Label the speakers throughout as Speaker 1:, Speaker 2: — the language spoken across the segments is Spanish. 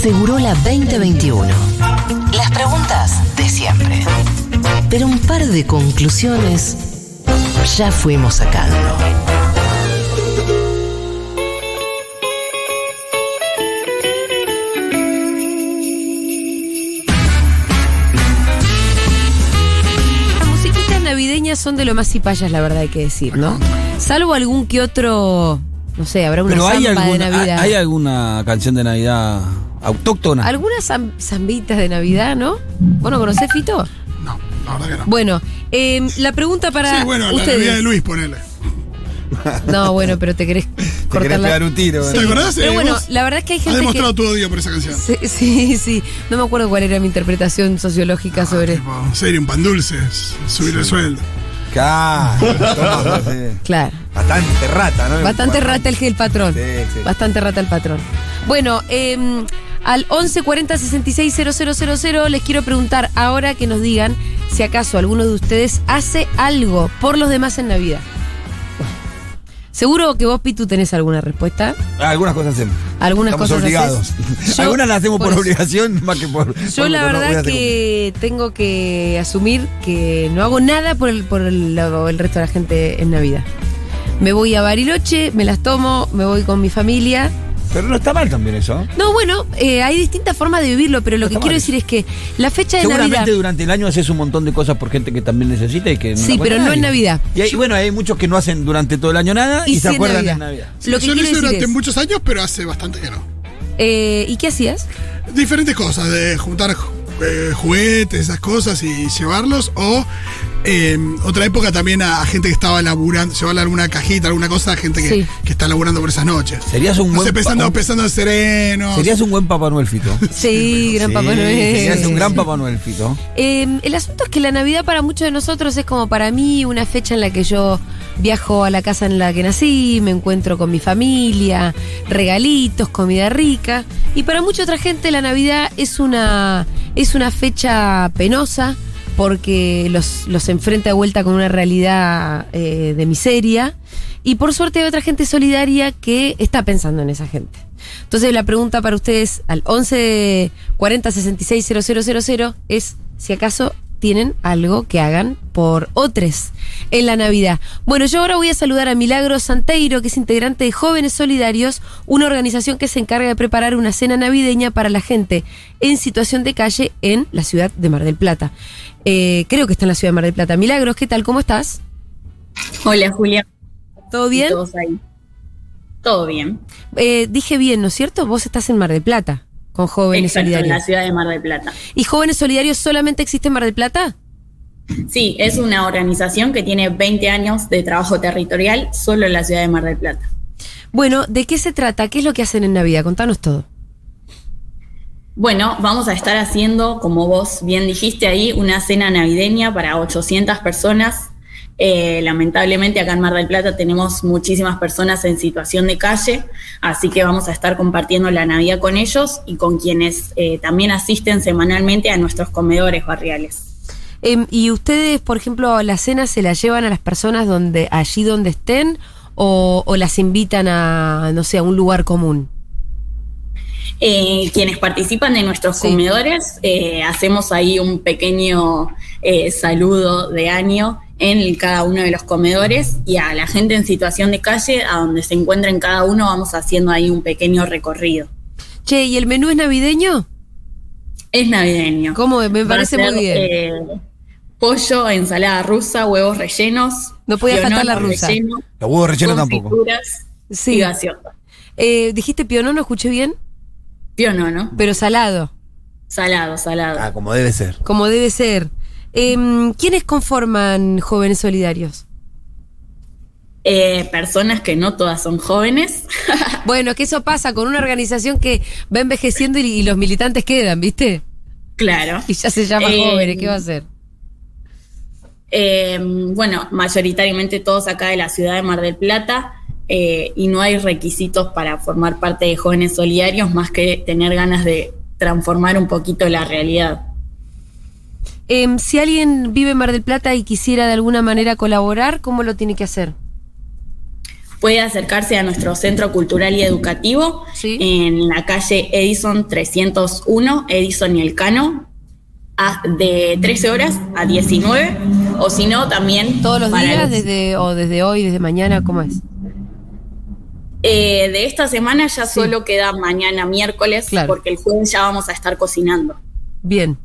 Speaker 1: aseguró la 2021. Las preguntas de siempre. Pero un par de conclusiones ya fuimos sacando.
Speaker 2: Las musiquitas navideñas son de lo más cipayas, la verdad hay que decir, ¿no? Salvo algún que otro, no sé, habrá una
Speaker 3: Pero hay
Speaker 2: zampa de
Speaker 3: alguna, hay,
Speaker 2: Navidad.
Speaker 3: hay alguna canción de Navidad autóctona.
Speaker 2: Algunas zam- zambitas de Navidad, ¿no? ¿Vos no conocés, Fito?
Speaker 4: No, la verdad que no.
Speaker 2: Bueno, eh, la pregunta para
Speaker 4: sí, bueno, la
Speaker 2: ustedes.
Speaker 4: Navidad de Luis, ponele.
Speaker 2: No, bueno, pero te querés cortar
Speaker 3: querés
Speaker 2: la-
Speaker 3: pegar un tiro,
Speaker 2: Sí.
Speaker 3: ¿te
Speaker 4: acordás?
Speaker 2: Pero
Speaker 4: Eh,
Speaker 2: bueno,
Speaker 4: vos
Speaker 2: la verdad es que hay
Speaker 4: Has
Speaker 2: gente
Speaker 4: demostrado
Speaker 2: que...
Speaker 4: tu odio por esa canción.
Speaker 2: Sí, sí, sí. No me acuerdo cuál era mi interpretación sociológica sobre...
Speaker 4: Tipo, serio, un pan dulce, s- subir el sueldo.
Speaker 3: Claro, toma, sí.
Speaker 2: Claro.
Speaker 3: Bastante rata, ¿no?
Speaker 2: Bastante
Speaker 3: Bueno,
Speaker 2: rata el, el patrón.
Speaker 3: Sí, sí.
Speaker 2: Bastante rata el patrón. Bueno, eh, al 1140 66 000 les quiero preguntar ahora que nos digan si acaso alguno de ustedes hace algo por los demás en Navidad. Seguro que vos, Pitu, tenés alguna respuesta.
Speaker 3: Algunas cosas hacemos.
Speaker 2: Algunas
Speaker 3: Estamos
Speaker 2: cosas
Speaker 3: obligados.
Speaker 2: haces. Yo-
Speaker 3: Algunas las hacemos por,
Speaker 2: por eso.
Speaker 3: obligación más que
Speaker 2: Yo
Speaker 3: por. por-
Speaker 2: la
Speaker 3: por- por-
Speaker 2: verdad
Speaker 3: por-
Speaker 2: que tengo que asumir que no hago nada por el, por el, el resto de la gente en Navidad. Me voy a Bariloche, me las tomo, me voy con mi familia.
Speaker 3: Pero no está mal también eso. ¿eh?
Speaker 2: No, bueno, eh, hay distintas formas de vivirlo, pero lo
Speaker 3: No
Speaker 2: que
Speaker 3: está
Speaker 2: quiero
Speaker 3: mal.
Speaker 2: decir es que la fecha de
Speaker 3: Seguramente
Speaker 2: Navidad.
Speaker 3: durante el año haces un montón de cosas por gente que también necesita y que no
Speaker 2: Sí,
Speaker 3: la cuenta
Speaker 2: pero no en
Speaker 3: nadie.
Speaker 2: Navidad.
Speaker 3: Y hay, bueno, hay muchos que no hacen durante todo el año nada y,
Speaker 2: Y
Speaker 3: se
Speaker 2: sí en
Speaker 3: acuerdan
Speaker 2: Navidad.
Speaker 3: en Navidad.
Speaker 2: Lo que
Speaker 4: Yo lo
Speaker 2: quiero
Speaker 4: hice
Speaker 2: decir
Speaker 4: durante
Speaker 2: es-
Speaker 4: muchos años, pero hace bastante que no.
Speaker 2: Eh, ¿Y qué hacías?
Speaker 4: Diferentes cosas, de juntar ju- eh, juguetes, esas cosas y llevarlos, o eh, otra época también a, a gente que estaba laburando, llevarle alguna cajita, alguna cosa a gente que,
Speaker 2: Sí.
Speaker 4: que está laburando por esas noches.
Speaker 3: Serías un
Speaker 4: No
Speaker 3: buen.
Speaker 4: sé, pensando,
Speaker 3: pa- un-
Speaker 4: pensando en serenos.
Speaker 3: Serías un buen Papá Noel Fito.
Speaker 2: Sí, gran
Speaker 3: Sí,
Speaker 2: Papá Noel.
Speaker 3: Serías un gran Papá Noel Fito.
Speaker 2: Eh, el asunto es que la Navidad para muchos de nosotros es como para mí una fecha en la que yo viajo a la casa en la que nací, me encuentro con mi familia, regalitos, comida rica. Y para mucha otra gente la Navidad es una, es una fecha penosa porque los, los enfrenta de vuelta con una realidad eh, de miseria. Y por suerte hay otra gente solidaria que está pensando en esa gente. Entonces la pregunta para ustedes al 11 40 66 000 es si acaso tienen algo que hagan por otros en la Navidad. Bueno, yo ahora voy a saludar a Milagro Santeiro, que es integrante de Jóvenes Solidarios, una organización que se encarga de preparar una cena navideña para la gente en situación de calle en la ciudad de Mar del Plata. Eh, creo que está en la ciudad de Mar del Plata. Milagros, ¿qué tal? ¿Cómo estás?
Speaker 5: Hola Julia.
Speaker 2: ¿Todo bien?
Speaker 5: Todos ahí. Todo bien.
Speaker 2: Eh, dije bien, ¿no es cierto? Vos estás en Mar del Plata con Jóvenes
Speaker 5: Exacto, en la
Speaker 2: Solidarios.
Speaker 5: ciudad de Mar del Plata.
Speaker 2: ¿Y Jóvenes Solidarios solamente existe en Mar del Plata?
Speaker 5: Sí, es una organización que tiene 20 años de trabajo territorial solo en la ciudad de Mar del Plata.
Speaker 2: Bueno, ¿de qué se trata? ¿Qué es lo que hacen en Navidad? Contanos todo.
Speaker 5: Bueno, vamos a estar haciendo, como vos bien dijiste ahí, una cena navideña para 800 personas. Eh, lamentablemente acá en Mar del Plata tenemos muchísimas personas en situación de calle, así que vamos a estar compartiendo la Navidad con ellos y con quienes eh, también asisten semanalmente a nuestros comedores barriales.
Speaker 2: Em, ¿Y ustedes, por ejemplo, la cena se la llevan a las personas donde allí donde estén o, o las invitan a, no sé, a un lugar común?
Speaker 5: Eh, quienes participan de nuestros
Speaker 2: Sí.
Speaker 5: comedores, eh, hacemos ahí un pequeño eh, saludo de año en el- cada uno de los comedores y a la gente en situación de calle, a donde se encuentren cada uno, vamos haciendo ahí un pequeño recorrido.
Speaker 2: Che, ¿y el menú es navideño?
Speaker 5: Es navideño.
Speaker 2: ¿Cómo? Me
Speaker 5: Va a
Speaker 2: parece
Speaker 5: ser,
Speaker 2: muy bien.
Speaker 5: eh, pollo, ensalada rusa, huevos rellenos.
Speaker 2: No podía faltar la
Speaker 5: pionono
Speaker 2: rusa.
Speaker 5: relleno,
Speaker 3: Los huevos rellenos tampoco.
Speaker 5: confituras
Speaker 2: Sí.
Speaker 5: y gaseosa.
Speaker 2: Eh, Dijiste pionono, no escuché bien,
Speaker 5: Pionono.
Speaker 2: pero salado,
Speaker 5: Salado, salado.
Speaker 3: Ah, como debe ser.
Speaker 2: como debe ser. Em, ¿Quiénes conforman Jóvenes Solidarios?
Speaker 5: Eh, personas que no todas son jóvenes.
Speaker 2: Bueno, que eso pasa con una organización que va envejeciendo y, y los militantes quedan, ¿viste?
Speaker 5: Claro.
Speaker 2: Y ya se llama
Speaker 5: Eh,
Speaker 2: Jóvenes, ¿qué va a hacer?
Speaker 5: Eh, bueno, mayoritariamente todos acá de la ciudad de Mar del Plata eh, y no hay requisitos para formar parte de jóvenes solidarios más que tener ganas de transformar un poquito la realidad.
Speaker 2: Em, si alguien vive en Mar del Plata y quisiera de alguna manera colaborar, ¿cómo lo tiene que hacer?
Speaker 5: puede acercarse a nuestro centro cultural y educativo
Speaker 2: Sí.
Speaker 5: en la calle Edison 301, Edison y Elcano, a- de 13 horas a 19, o si no, también
Speaker 2: ¿Todos los
Speaker 5: para
Speaker 2: días?
Speaker 5: el-
Speaker 2: Desde, ¿O desde hoy, desde mañana? ¿Cómo es?
Speaker 5: Eh, de esta semana ya
Speaker 2: Sí.
Speaker 5: solo queda mañana miércoles,
Speaker 2: Claro.
Speaker 5: porque el jueves ya vamos a estar cocinando.
Speaker 2: Bien.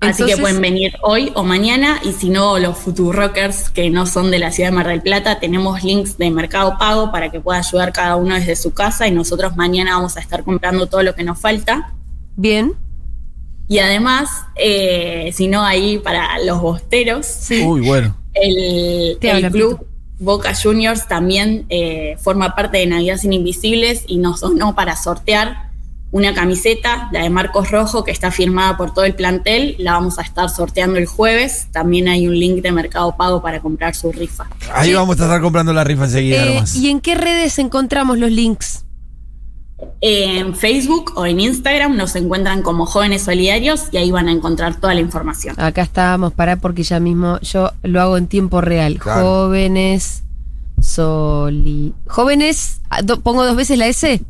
Speaker 5: Así
Speaker 2: Entonces-
Speaker 5: que pueden venir hoy o mañana, y si no, los Futurockers que no son de la ciudad de Mar del Plata, tenemos links de Mercado Pago para que pueda ayudar cada uno desde su casa, y nosotros mañana vamos a estar comprando todo lo que nos falta.
Speaker 2: Bien.
Speaker 5: Y además, eh, si no, ahí para los bosteros,
Speaker 2: Sí.
Speaker 3: Uy, bueno.
Speaker 5: el,
Speaker 2: Te
Speaker 5: el
Speaker 2: hablan,
Speaker 5: club Boca Juniors también eh, forma parte de Navidad sin Invisibles y nos donó para sortear una camiseta, la de Marcos Rojo, que está firmada por todo el plantel. La vamos a estar sorteando el jueves. También hay un link de Mercado Pago para comprar su rifa.
Speaker 3: Ahí vamos a estar comprando la rifa enseguida
Speaker 2: Eh,
Speaker 3: nomás.
Speaker 2: ¿Y en qué redes encontramos los links?
Speaker 5: En Facebook o en Instagram nos encuentran como Jóvenes Solidarios y ahí van a encontrar toda la información.
Speaker 2: Acá estábamos, pará, porque ya mismo yo lo hago en tiempo real.
Speaker 3: Claro.
Speaker 2: Jóvenes. Soli. Jóvenes. ah, do- pongo dos veces la S.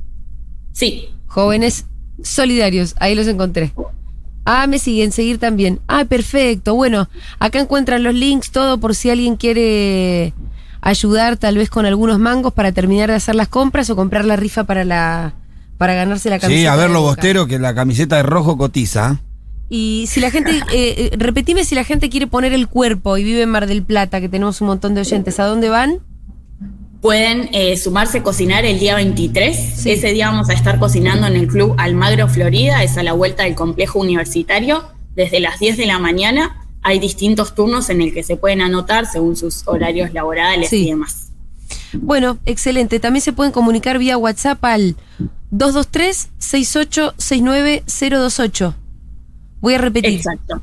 Speaker 5: Sí,
Speaker 2: Jóvenes solidarios, ahí los encontré. Ah, me siguen, seguir también. Ah, perfecto. Bueno, acá encuentran los links, todo por si alguien quiere ayudar tal vez con algunos mangos para terminar de hacer las compras o comprar la rifa para la para ganarse la camiseta.
Speaker 3: Sí, a ver
Speaker 2: de
Speaker 3: lo
Speaker 2: Boca.
Speaker 3: bostero que la camiseta de rojo cotiza.
Speaker 2: Y si la gente, eh, eh, repetime si la gente quiere poner el cuerpo y vive en Mar del Plata, que tenemos un montón de oyentes, ¿a dónde van?
Speaker 5: Pueden eh, sumarse a cocinar el día 23.
Speaker 2: Sí.
Speaker 5: Ese día vamos a estar cocinando en el Club Almagro Florida, es a la vuelta del complejo universitario, desde las 10 de la mañana. Hay distintos turnos en el que se pueden anotar según sus horarios laborales
Speaker 2: Sí.
Speaker 5: y demás.
Speaker 2: Bueno, excelente. También se pueden comunicar vía WhatsApp al 223-6869-028. Voy a repetir.
Speaker 5: Exacto.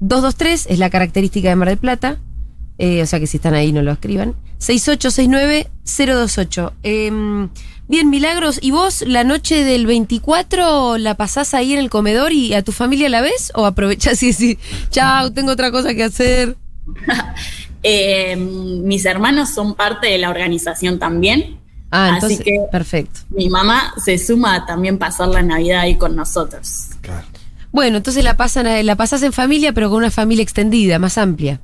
Speaker 2: 223 es la característica de Mar del Plata. eh, o sea que si están ahí no lo escriban. 6869-028. Eh, bien, Milagros. ¿Y vos la noche del 24 la pasás ahí en el comedor y a tu familia la ves? ¿O aprovechás y decís, chao, tengo otra cosa que hacer?
Speaker 5: Eh, mis hermanos son parte de la organización también.
Speaker 2: Ah,
Speaker 5: Así
Speaker 2: entonces,
Speaker 5: que-
Speaker 2: perfecto.
Speaker 5: Mi mamá se suma a también pasar la Navidad ahí con nosotros.
Speaker 3: Claro.
Speaker 2: Bueno, entonces la, pasan, a- la pasás en familia, pero con una familia extendida, más amplia.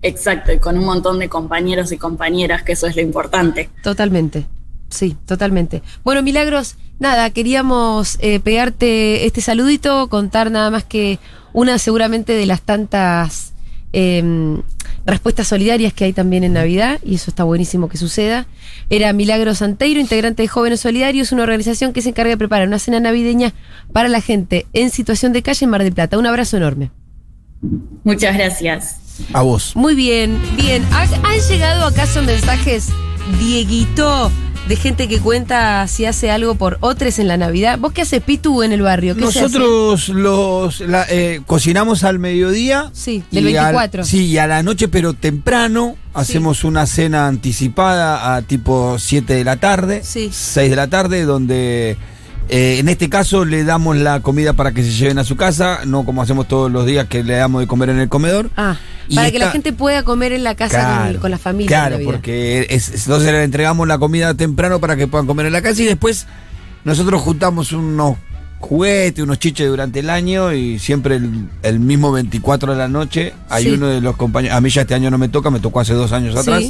Speaker 5: Exacto, y con un montón de compañeros y compañeras, que eso es lo importante.
Speaker 2: Totalmente. Sí, totalmente. Bueno, Milagros, nada, queríamos eh, pegarte este saludito, contar nada más que una seguramente de las tantas eh, respuestas solidarias que hay también en Navidad, y eso está buenísimo que suceda. Era Milagros Santeiro, integrante de Jóvenes Solidarios, una organización que se encarga de preparar una cena navideña para la gente en situación de calle en Mar del Plata. Un abrazo enorme.
Speaker 5: Muchas gracias.
Speaker 3: A vos.
Speaker 2: Muy bien, bien. ¿Ha- ¿Han llegado acaso mensajes, Dieguito, de gente que cuenta si hace algo por otros en la Navidad? ¿Vos qué haces, Pitu, en el barrio? ¿Qué se hace?
Speaker 3: Nosotros los la- eh, cocinamos al mediodía.
Speaker 2: Sí, del
Speaker 3: y al-
Speaker 2: 24.
Speaker 3: sí, y a la noche, pero temprano. Hacemos una cena anticipada a tipo 7 de la tarde,
Speaker 2: Sí.
Speaker 3: 6 de la tarde, donde eh, en este caso le damos la comida para que se lleven a su casa, no como hacemos todos los días que le damos de comer en el comedor.
Speaker 2: Ah,
Speaker 3: Y
Speaker 2: para que la
Speaker 3: está-
Speaker 2: gente pueda comer en la casa con- con, la familia. en
Speaker 3: Claro,
Speaker 2: Navidad.
Speaker 3: porque es- es- entonces le entregamos la comida temprano para que puedan comer en la casa y después nosotros juntamos unos juguetes, unos chiches durante el año y siempre el, el mismo 24 de la noche hay
Speaker 2: Sí.
Speaker 3: uno de los compañeros, a mí ya este año no me toca, me tocó hace dos años
Speaker 2: Sí.
Speaker 3: atrás.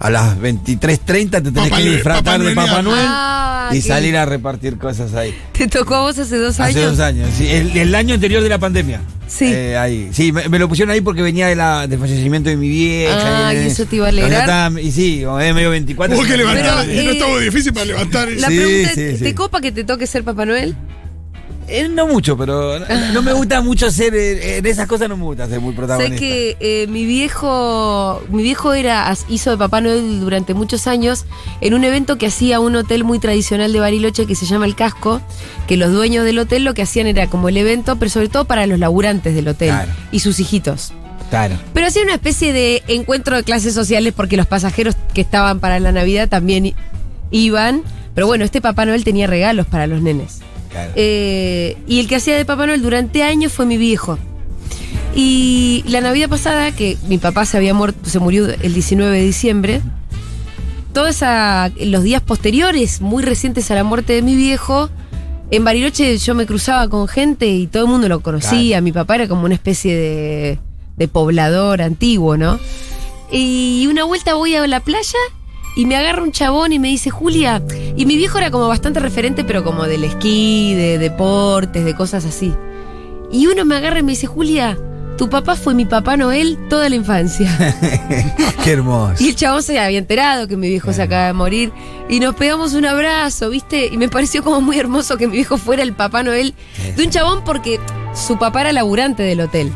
Speaker 3: A las 23.30 te tenés
Speaker 4: Papá
Speaker 3: que
Speaker 4: Noel,
Speaker 3: disfrazar
Speaker 4: Papá
Speaker 3: de
Speaker 4: Noel.
Speaker 3: Papá Noel
Speaker 2: Ah,
Speaker 3: y
Speaker 2: qué-
Speaker 3: salir a repartir cosas ahí.
Speaker 2: ¿Te tocó a vos hace dos años?
Speaker 3: Hace dos años, sí, el, el año anterior de la pandemia.
Speaker 2: Sí.
Speaker 3: Eh, ahí. Sí, me, me lo pusieron ahí porque venía de la, del fallecimiento de mi vieja.
Speaker 2: Ah,
Speaker 3: eh,
Speaker 2: y eso te iba a
Speaker 3: pero ya
Speaker 2: alegrar.
Speaker 3: estaba- y sí, como es medio 24.
Speaker 4: Hubo que
Speaker 3: pero-
Speaker 4: levantar,
Speaker 2: Pero,
Speaker 4: y no
Speaker 2: eh,
Speaker 4: estuvo difícil para levantar.
Speaker 2: La
Speaker 3: Sí,
Speaker 2: pregunta es,
Speaker 3: sí, sí.
Speaker 2: ¿te copa que te toque ser Papá Noel?
Speaker 3: Eh, no mucho, pero no, no me gusta mucho ser. eh, eh, de esas cosas no me gusta ser muy protagonista.
Speaker 2: Sé que eh, mi viejo, mi viejo era, as- hizo de Papá Noel durante muchos años en un evento que hacía un hotel muy tradicional de Bariloche que se llama El Casco, que los dueños del hotel lo que hacían era como el evento, pero sobre todo para los laburantes del hotel
Speaker 3: Claro.
Speaker 2: y sus hijitos.
Speaker 3: Claro.
Speaker 2: Pero hacía una especie de encuentro de clases sociales porque los pasajeros que estaban para la Navidad también i- iban. Pero bueno, este Papá Noel tenía regalos para los nenes.
Speaker 3: claro.
Speaker 2: Eh, y el que hacía de Papá Noel durante años fue mi viejo. Y la Navidad pasada, que mi papá se había muerto, se murió el 19 de diciembre, todos los días posteriores, muy recientes a la muerte de mi viejo, en Bariloche yo me cruzaba con gente y todo el mundo lo conocía. Mi papá era como una especie de, de poblador antiguo, ¿no? Y una vuelta voy a la playa y me agarra un chabón y me dice, Julia, y mi viejo era como bastante referente, pero como del esquí, de deportes, de cosas así. Y uno me agarra y me dice, Julia, tu papá fue mi papá Noel toda la infancia.
Speaker 3: Qué hermoso.
Speaker 2: y el chabón se había enterado que mi viejo se acaba de morir. Y nos pegamos un abrazo, ¿viste? Y me pareció como muy hermoso que mi viejo fuera el papá Noel de un chabón porque su papá era laburante del hotel.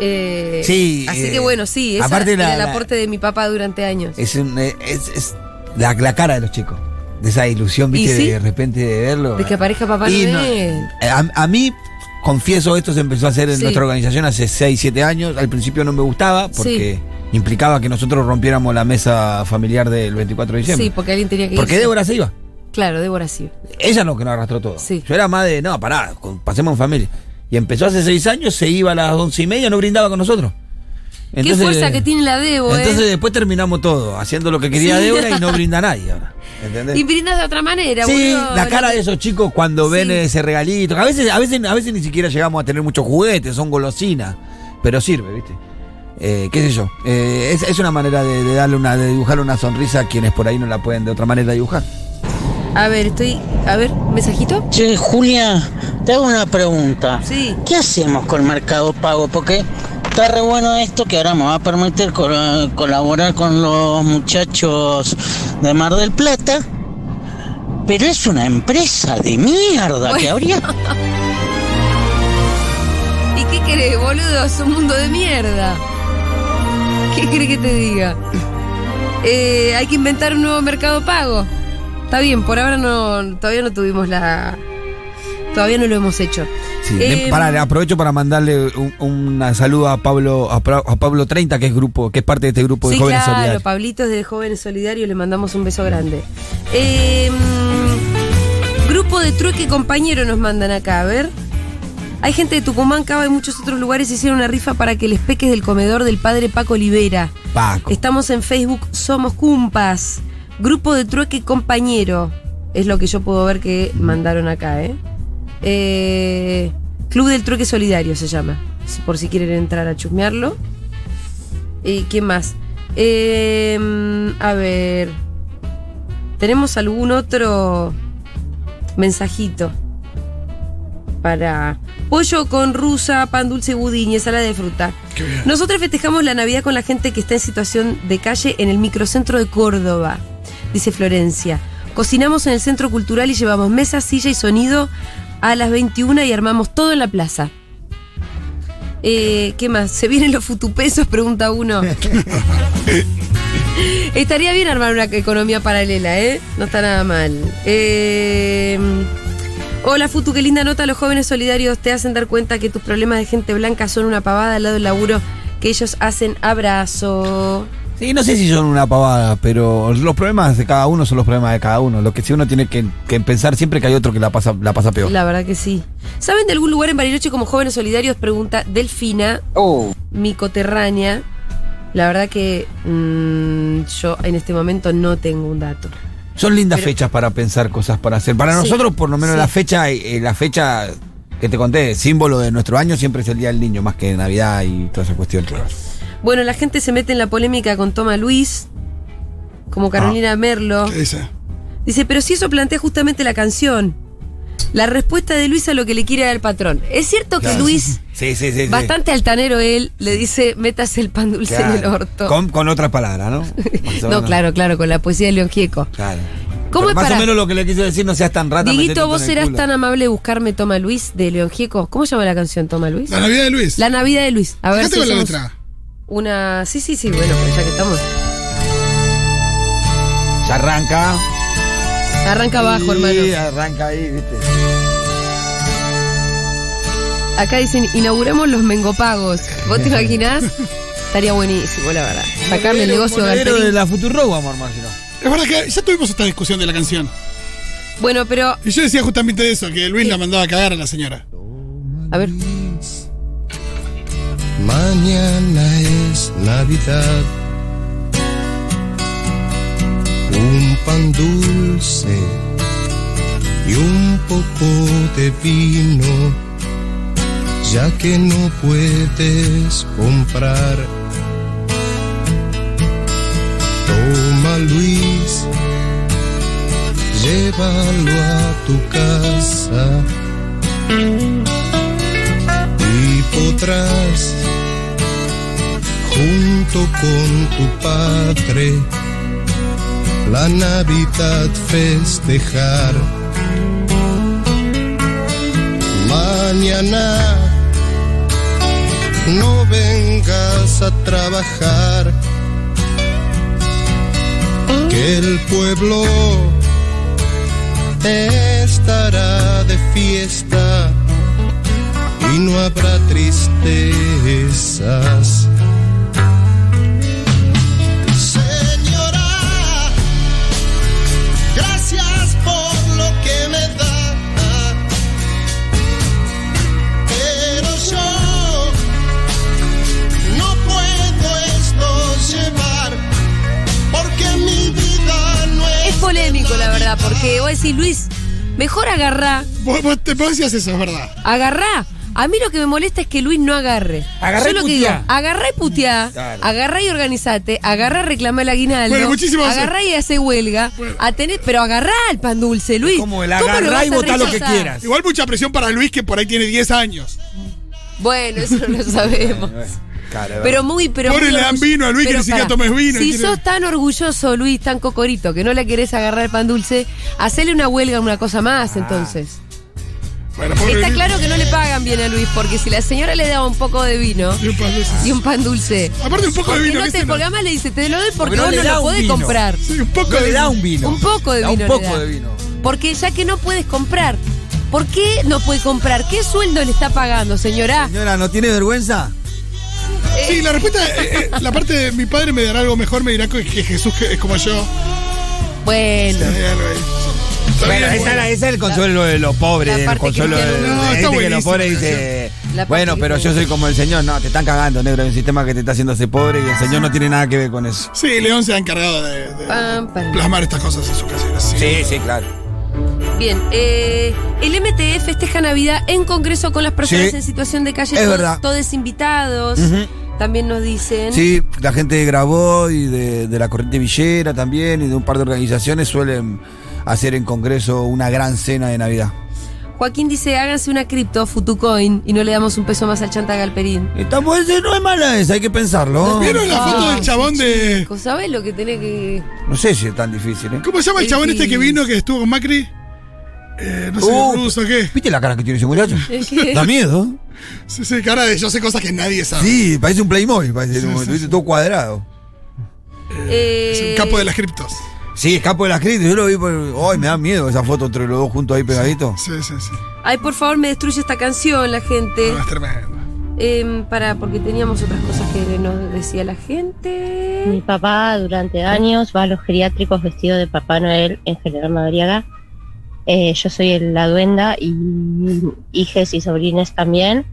Speaker 2: Eh,
Speaker 3: Sí,
Speaker 2: Así
Speaker 3: eh,
Speaker 2: que bueno, sí, esa
Speaker 3: aparte la-
Speaker 2: era el
Speaker 3: la-
Speaker 2: aporte de mi papá durante años.
Speaker 3: Es, un- eh, es- es la, la cara de los chicos. De esa ilusión,
Speaker 2: ¿Y
Speaker 3: viste,
Speaker 2: sí?
Speaker 3: de repente de verlo.
Speaker 2: De que aparezca Papá
Speaker 3: Y no- eh,
Speaker 2: Noel.
Speaker 3: a, a mí, confieso, esto se empezó a hacer en
Speaker 2: Sí.
Speaker 3: nuestra organización hace 6, 7 años. Al principio no me gustaba porque implicaba que nosotros rompiéramos la mesa familiar del 24 de diciembre.
Speaker 2: Sí, porque alguien tenía que
Speaker 3: porque
Speaker 2: irse.
Speaker 3: Débora se iba.
Speaker 2: Claro, Débora sí.
Speaker 3: Ella es lo que nos arrastró todo.
Speaker 2: Sí.
Speaker 3: Yo era más de, no, pará, con- pasemos en familia. Y empezó hace 6 años, se iba a las 11 y media, no brindaba con nosotros.
Speaker 2: Qué fuerza que tiene la Debo,
Speaker 3: eh, Entonces
Speaker 2: ¿eh?
Speaker 3: después terminamos todo, haciendo lo que quería
Speaker 2: Sí.
Speaker 3: Débora y no brinda a nadie ahora. ¿Entendés?
Speaker 2: Y brindas de otra manera,
Speaker 3: eh, Sí,
Speaker 2: boludo.
Speaker 3: la cara de esos chicos cuando ven
Speaker 2: Sí.
Speaker 3: ese regalito. que A veces, a veces, a veces ni siquiera llegamos a tener muchos juguetes, son golosinas. Pero sirve, ¿viste? Eh, qué sé yo. Eh, es, es una manera de, de darle una, de dibujar una sonrisa a quienes por ahí no la pueden de otra manera dibujar.
Speaker 2: A ver, estoy. A ver, ¿mensajito?
Speaker 6: Che, Julia, te hago una pregunta.
Speaker 2: Sí.
Speaker 6: ¿Qué hacemos con Mercado Pago? Porque está re bueno esto que ahora me va a permitir col- colaborar con los muchachos de Mar del Plata. Pero es una empresa de mierda
Speaker 2: Bueno.
Speaker 6: que habría
Speaker 2: ¿Y qué querés, boludo? Es un mundo de mierda. ¿Qué querés que te diga? Eh, hay que inventar un nuevo mercado pago. Está bien, por ahora no, todavía no tuvimos la. Todavía no lo hemos hecho.
Speaker 3: Sí,
Speaker 2: Eh,
Speaker 3: le- pará, le aprovecho para mandarle un, una saludo a Pablo, a, Pra- a Pablo 30, que es grupo, que es parte de este grupo de
Speaker 2: sí,
Speaker 3: jóvenes
Speaker 2: claro,
Speaker 3: solidarios.
Speaker 2: Pablito es de Jóvenes Solidarios, le mandamos un beso grande. Eh, mm, grupo de trueque y compañero nos mandan acá, a ver. Hay gente de Tucumán, Cava y muchos otros lugares hicieron una rifa para que les peques del comedor del padre Paco Olivera.
Speaker 3: Paco.
Speaker 2: Estamos en Facebook Somos Cumpas, grupo de trueque y compañero. Es lo que yo puedo ver que mandaron acá, ¿eh? Eh, Club del Trueque Solidario se llama, por si quieren entrar a chusmearlo. ¿Y qué más? Eh, a ver. ¿Tenemos algún otro mensajito? Para. Pollo con rusa, pan dulce y budín y ensalada de fruta.
Speaker 4: Qué bien.
Speaker 2: Nosotros festejamos la Navidad con la gente que está en situación de calle en el microcentro de Córdoba, dice Florencia. Cocinamos en el centro cultural y llevamos mesa, silla y sonido a las 21 y armamos todo en la plaza. Eh, ¿Qué más? ¿Se vienen los futupesos? Pregunta uno. Estaría bien armar una economía paralela, ¿eh? No está nada mal. Eh, hola, Futu, qué linda nota. Los jóvenes solidarios te hacen dar cuenta que tus problemas de gente blanca son una pavada al lado del laburo que ellos hacen. Abrazo.
Speaker 3: Sí, no sé si son una pavada, pero los problemas de cada uno son los problemas de cada uno. Lo que sí uno tiene que, que pensar siempre que hay otro que la pasa, la pasa peor.
Speaker 2: La verdad que sí. ¿Saben de algún lugar en Bariloche como jóvenes solidarios? Pregunta Delfina, mi coterránea. La verdad que mm, yo en este momento no tengo un dato.
Speaker 3: Son lindas fechas para pensar cosas para hacer. Para
Speaker 2: Sí,
Speaker 3: nosotros, por lo menos,
Speaker 2: sí.
Speaker 3: la fecha, eh, la fecha que te conté, símbolo de nuestro año, siempre es el Día del Niño, más que Navidad y toda esa cuestión.
Speaker 2: Bueno, la gente se mete en la polémica con Toma Luis, como Carolina Merlo.
Speaker 4: ¿Qué dice?
Speaker 2: Dice, pero si eso plantea justamente la canción. La respuesta de Luis a lo que le quiere dar el patrón. Es cierto que Luis,
Speaker 3: Sí, sí, sí. sí.
Speaker 2: bastante altanero él, le dice, metas el pan dulce
Speaker 3: Claro.
Speaker 2: en el orto.
Speaker 3: Con, con otras palabras, ¿no? Más o
Speaker 2: No,
Speaker 3: menos.
Speaker 2: claro, claro, con la poesía de León Gieco.
Speaker 3: Claro.
Speaker 2: ¿Cómo
Speaker 3: Pero
Speaker 2: es
Speaker 3: más
Speaker 2: para-
Speaker 3: o menos lo que le quiso decir, no seas tan rata. metete
Speaker 2: Diguito,
Speaker 3: con
Speaker 2: vos
Speaker 3: el
Speaker 2: serás
Speaker 3: culo.
Speaker 2: tan amable de buscarme Toma Luis de León Gieco. ¿Cómo se llama la canción Toma Luis?
Speaker 4: La Navidad de Luis.
Speaker 2: La Navidad de Luis. A ver
Speaker 4: Fíjate
Speaker 2: si
Speaker 4: con la
Speaker 2: hacemos
Speaker 4: letra.
Speaker 2: una... Sí, sí, sí, bueno, pero ya que estamos.
Speaker 3: Ya arranca.
Speaker 2: Arranca abajo, hermano.
Speaker 3: Y arranca ahí, ¿viste?
Speaker 2: Acá dicen, inauguramos los mengopagos. ¿Vos te imaginás? Estaría buenísimo, la verdad. Sacarle el negocio a
Speaker 3: Monedero
Speaker 2: Galperín.
Speaker 3: de la Futuro vamos a armar, si no.
Speaker 4: Es verdad que ya tuvimos esta discusión de la canción.
Speaker 2: Bueno, pero,
Speaker 4: Y yo decía justamente eso, que Luis la mandaba a cagar a la señora.
Speaker 2: a ver.
Speaker 7: Mañana es Navidad. Un un pan dulce y un poco de vino, ya que no puedes comprar. Toma Luis, llévalo a tu casa y podrás junto con tu padre la Navidad festejar. Mañana no vengas a trabajar, que el pueblo estará de fiesta y no habrá tristezas. Señora, gracias por lo que me da, pero yo no puedo esto llevar porque mi vida no es.
Speaker 2: Es polémico, la verdad, porque vos decís, Luis, mejor agarrá,
Speaker 4: Vos, vos te vos decías eso, es verdad.
Speaker 2: agarrá. A mí lo que me molesta es que Luis no agarre.
Speaker 8: Agarrá
Speaker 2: Yo
Speaker 8: y
Speaker 2: lo que
Speaker 8: puteá.
Speaker 2: digo, agarrá y puteá,
Speaker 3: Claro.
Speaker 2: agarrá y organizate, agarrá, reclamá el aguinaldo,
Speaker 4: Bueno, muchísimas gracias.
Speaker 2: agarrá y hace huelga, a tener, pero agarrá el pan dulce, Luis.
Speaker 3: como el
Speaker 2: ¿Cómo lo
Speaker 3: agarrá
Speaker 2: vas
Speaker 3: y
Speaker 2: a
Speaker 3: botá lo que
Speaker 2: rechazar?
Speaker 3: quieras.
Speaker 4: Igual mucha presión para Luis que por ahí tiene 10 años.
Speaker 2: Bueno, eso no lo sabemos.
Speaker 3: Claro,
Speaker 2: Pero muy, pero
Speaker 4: Pobre
Speaker 2: muy
Speaker 4: le dan
Speaker 2: orgulloso.
Speaker 4: vino a Luis, que
Speaker 2: Pero
Speaker 4: ni siquiera
Speaker 2: pará,
Speaker 4: tomes vino,
Speaker 2: Si
Speaker 4: quiere-
Speaker 2: sos tan orgulloso, Luis, tan cocorito, que no le querés agarrar el pan dulce, hacele una huelga, una cosa más, entonces.
Speaker 4: Bueno, pobre
Speaker 2: Está
Speaker 4: Luis.
Speaker 2: claro que no le pagan bien a Luis, porque si la señora le daba un poco de vino
Speaker 4: Y un par de veces.
Speaker 2: y un pan dulce.
Speaker 4: Aparte, un poco de
Speaker 2: porque
Speaker 4: vino.
Speaker 2: no
Speaker 4: ¿viste?
Speaker 2: te, porque además le dice, te lo doy porque
Speaker 3: Porque no
Speaker 2: vos
Speaker 3: le
Speaker 2: no
Speaker 3: da
Speaker 2: lo
Speaker 3: un
Speaker 2: podés
Speaker 3: vino.
Speaker 2: comprar.
Speaker 4: Sí, un poco
Speaker 3: No
Speaker 4: de
Speaker 3: le da un vino.
Speaker 2: Un poco de
Speaker 3: Da
Speaker 2: vino.
Speaker 3: Un
Speaker 2: le
Speaker 3: poco
Speaker 2: da.
Speaker 3: de vino.
Speaker 2: Porque ya que no puedes comprar, ¿por qué no puede comprar? ¿Qué sueldo le está pagando, señora?
Speaker 3: Señora, ¿no tiene vergüenza?
Speaker 4: Sí, la respuesta, eh, eh, la parte de mi padre me dará algo mejor, me dirá que que Jesús que es como yo.
Speaker 2: Bueno.
Speaker 4: Eh, algo ahí. Está
Speaker 3: Bueno,
Speaker 4: bien,
Speaker 3: esa
Speaker 4: bueno.
Speaker 3: era- ese es el consuelo de los pobres,
Speaker 2: la
Speaker 3: el
Speaker 2: parte
Speaker 3: consuelo
Speaker 2: que
Speaker 3: de,
Speaker 2: tiene
Speaker 3: de
Speaker 4: uno. No,
Speaker 3: gente
Speaker 4: está
Speaker 3: que los
Speaker 4: buenísimo,
Speaker 3: pobres dice,
Speaker 2: canción. La parte
Speaker 3: bueno,
Speaker 2: que
Speaker 3: pero
Speaker 2: tiene
Speaker 3: yo soy como el Señor. No, te están cagando, negro, hay un sistema que te está haciendo hacer pobre y el Señor no tiene nada que ver con eso.
Speaker 4: Sí, León se ha encargado de, de
Speaker 2: Pam, pam.
Speaker 4: plasmar estas cosas en sus canciones. Sí.
Speaker 3: sí, claro.
Speaker 2: Bien, eh, el MTE festeja Navidad en Congreso con las personas
Speaker 3: Sí.
Speaker 2: en situación de calle.
Speaker 3: Es
Speaker 2: todos,
Speaker 3: verdad.
Speaker 2: todos invitados,
Speaker 3: Ujú.
Speaker 2: también nos dicen.
Speaker 3: Sí, la gente grabó y de, de la Corriente Villera también y de un par de organizaciones suelen hacer en Congreso una gran cena de Navidad.
Speaker 2: Joaquín dice, háganse una cripto, Futucoin, y no le damos un peso más al Chanta Galperín.
Speaker 3: Esta puede ser- no es mala esa, hay que pensarlo.
Speaker 4: ¿Vieron la foto
Speaker 2: Ah,
Speaker 4: del chabón de.
Speaker 2: Chicos, ¿Sabés lo que tenés que...?
Speaker 3: No sé si es tan difícil, ¿eh?
Speaker 4: ¿Cómo se llama el
Speaker 2: Sí,
Speaker 4: chabón este
Speaker 2: sí.
Speaker 4: que vino que estuvo con Macri? Eh, no sé,
Speaker 3: Uh,
Speaker 4: ruso, ¿qué?
Speaker 3: ¿Viste la cara que tiene ese muchacho?
Speaker 2: Es que-
Speaker 3: Da miedo.
Speaker 4: Sí, sí, cara de yo sé cosas que nadie sabe.
Speaker 3: Sí, parece un Playmobil, parece
Speaker 4: Ah. Sí,
Speaker 3: un-
Speaker 4: sí,
Speaker 3: viste, todo cuadrado.
Speaker 4: Es
Speaker 2: Eh,
Speaker 4: el capo de las criptos.
Speaker 3: Sí, escapo de las críticas, yo lo vi por... Ay, me da miedo esa foto entre los dos juntos ahí pegaditos.
Speaker 4: Sí, sí, sí.
Speaker 2: Eh, Ay, por favor, me destruye esta canción, la gente.
Speaker 4: No, es tremendo.
Speaker 2: Eh, para, porque teníamos otras cosas que nos decía la gente.
Speaker 9: Mi papá durante años va a los geriátricos vestido de Papá Noel en General Madariaga. Eh, yo soy el- la duenda y hijes y sobrines también.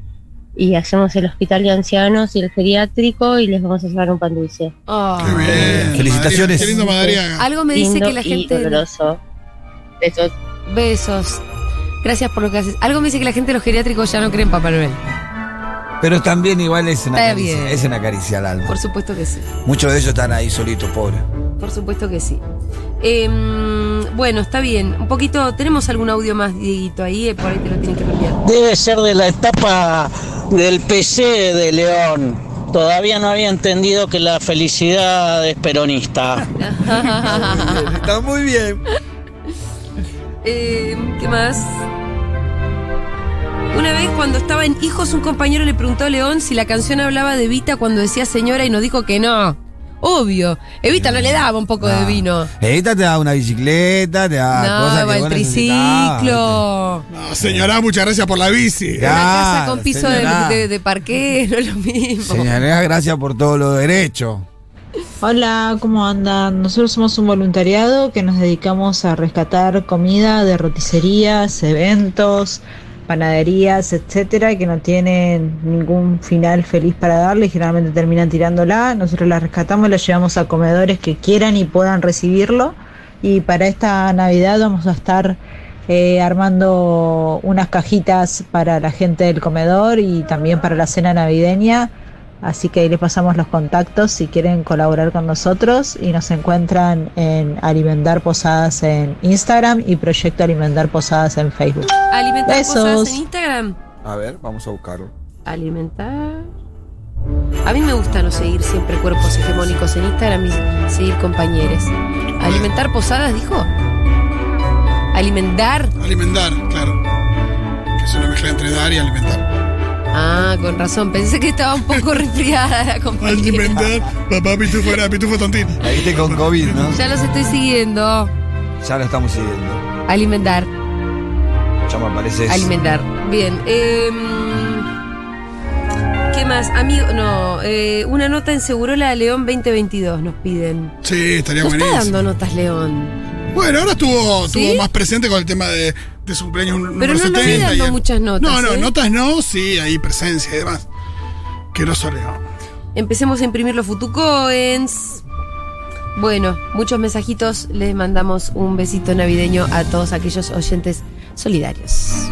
Speaker 9: Y hacemos el hospital de ancianos y el geriátrico y les vamos a llevar un pan dulce.
Speaker 2: Ah.
Speaker 4: Qué bien.
Speaker 3: felicitaciones.
Speaker 4: Qué lindo Madariaga.
Speaker 2: Algo me dice
Speaker 9: Lindo
Speaker 2: que la
Speaker 9: y
Speaker 2: gente...
Speaker 9: doloroso. Besos.
Speaker 2: Besos. Gracias por lo que haces. Algo me dice que la gente de los geriátricos ya no creen en Papá Noel.
Speaker 3: Pero también igual es una,
Speaker 2: Está bien.
Speaker 3: caricia, es una caricia al alma.
Speaker 2: Por supuesto que sí.
Speaker 3: Muchos de ellos están ahí solitos, pobres.
Speaker 2: Por supuesto que sí. Em, bueno, está bien. Un poquito, tenemos algún audio más, Dieguito, ahí, eh, por ahí te lo tienen que cambiar.
Speaker 6: Debe ser de la etapa del PC de León. Todavía no había entendido que la felicidad es peronista.
Speaker 3: Está muy bien.
Speaker 2: Em, ¿Qué más? Una vez cuando estaba en Hijos, un compañero le preguntó a León si la canción hablaba de Evita cuando decía señora y nos dijo que no. Obvio. Evita no le daba un poco
Speaker 3: Ah.
Speaker 2: de vino.
Speaker 3: Esta te da una bicicleta, te da cosas
Speaker 2: No, va
Speaker 3: Ah, que
Speaker 2: el
Speaker 3: vos necesitabas,
Speaker 2: triciclo.
Speaker 4: No, señora, muchas gracias por la bici.
Speaker 2: Una
Speaker 3: Ya.
Speaker 2: casa
Speaker 3: Claro,
Speaker 2: con piso de,
Speaker 3: Ah, señora.
Speaker 2: de, de parqué, no es lo
Speaker 3: ¿viste?
Speaker 2: mismo.
Speaker 3: Señalás gracias por todos los derechos.
Speaker 10: Hola, ¿cómo andan? Nosotros somos un voluntariado que nos dedicamos a rescatar comida de roticerías, eventos, panaderías, etcétera, que no tienen ningún final feliz para darle y generalmente terminan tirándola. Nosotros la rescatamos y la llevamos a comedores que quieran y puedan recibirlo y para esta Navidad vamos a estar eh, armando unas cajitas para la gente del comedor y también para la cena navideña. Así que ahí les pasamos los contactos si quieren colaborar con nosotros y nos encuentran en Alimentar Posadas en Instagram y Proyecto Alimentar Posadas en Facebook.
Speaker 2: Alimentar
Speaker 10: Besos.
Speaker 2: posadas en Instagram.
Speaker 3: A ver, vamos a buscarlo.
Speaker 2: Alimentar. A mí me gusta no seguir siempre cuerpos hegemónicos en Instagram y seguir compañeros. Alimentar posadas, dijo. Alimentar.
Speaker 4: Eh, Alimentar, claro. Que es una mezcla entre dar y alimentar.
Speaker 2: Ah, con razón. Pensé que estaba un poco resfriada la compañera.
Speaker 4: Alimentar, papá pitufo era pitufo tontini.
Speaker 3: Ahí está con COVID, ¿no?
Speaker 2: Ya los estoy siguiendo.
Speaker 3: Ya lo estamos siguiendo.
Speaker 2: Alimentar.
Speaker 3: Ya me parece. eso.
Speaker 2: Alimentar. Bien. em, ¿Qué más? Amigo, no. eh, una nota en Segurola de León 2022 nos piden.
Speaker 4: Sí, estaría
Speaker 2: No está
Speaker 4: buenísimo.
Speaker 2: dando notas, León.
Speaker 4: Bueno, ahora estuvo,
Speaker 2: ¿Sí?
Speaker 4: estuvo más presente con el tema de, de su cumpleaños número
Speaker 2: Pero no nos
Speaker 4: 70
Speaker 2: vi
Speaker 4: y
Speaker 2: dando
Speaker 4: el-
Speaker 2: muchas notas.
Speaker 4: No, no,
Speaker 2: ¿eh?
Speaker 4: notas no, sí, hay presencia y demás. Que no soleo.
Speaker 2: Empecemos a imprimir los futucoens. Bueno, muchos mensajitos. Les mandamos un besito navideño a todos aquellos oyentes solidarios.